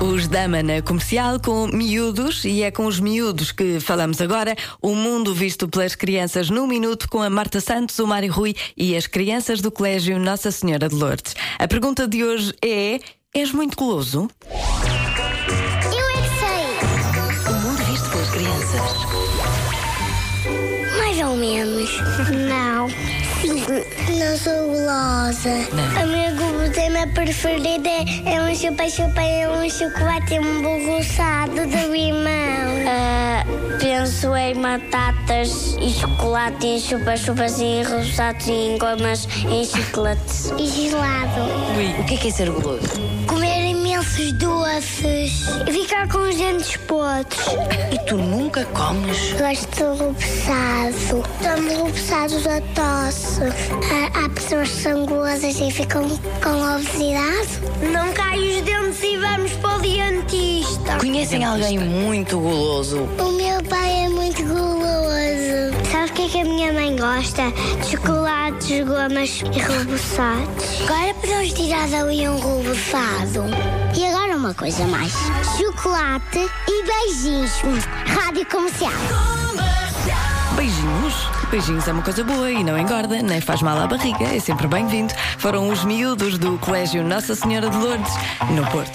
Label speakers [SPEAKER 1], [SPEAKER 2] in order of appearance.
[SPEAKER 1] Os Dama na comercial com miúdos e é com os miúdos que falamos agora. O mundo visto pelas crianças no minuto com a Marta Santos, o Mário Rui e as crianças do Colégio Nossa Senhora de Lourdes. A pergunta de hoje é: és muito goloso?
[SPEAKER 2] Eu é que sei.
[SPEAKER 1] O mundo visto pelas crianças.
[SPEAKER 2] Mais ou menos. Não. Sim. Não sou gulosa.
[SPEAKER 1] Não.
[SPEAKER 2] A minha guloseima preferida é é um chupa-chupa, é um chocolate, é um bolo roçado de limão. Ah, penso em batatas e chocolate, em chupa-chupas, em roçados, em gomas, em chicletes. E gelado.
[SPEAKER 3] O que é, que é ser guloso?
[SPEAKER 2] Comer imensos doces. E ficar com os dentes podres.
[SPEAKER 3] E tu nunca comes?
[SPEAKER 2] Gosto do pesado. Tomo o pesado da tosse. Há, há pessoas que são gozas e ficam com obesidade. Não cai os dentes e vamos para o dentista.
[SPEAKER 3] Conhecem alguém muito guloso?
[SPEAKER 2] O meu pai é muito guloso. Sabe o que é que a minha mãe gosta? De chocolates, gomas e reboçados. Agora podemos tirar dali um reboçado. E agora uma coisa mais: chocolate e beijinhos. Rádio comercial.
[SPEAKER 1] Beijinhos. Beijinhos é uma coisa boa e não engorda, nem faz mal à barriga, é sempre bem-vindo. Foram os miúdos do Colégio Nossa Senhora de Lourdes, no Porto.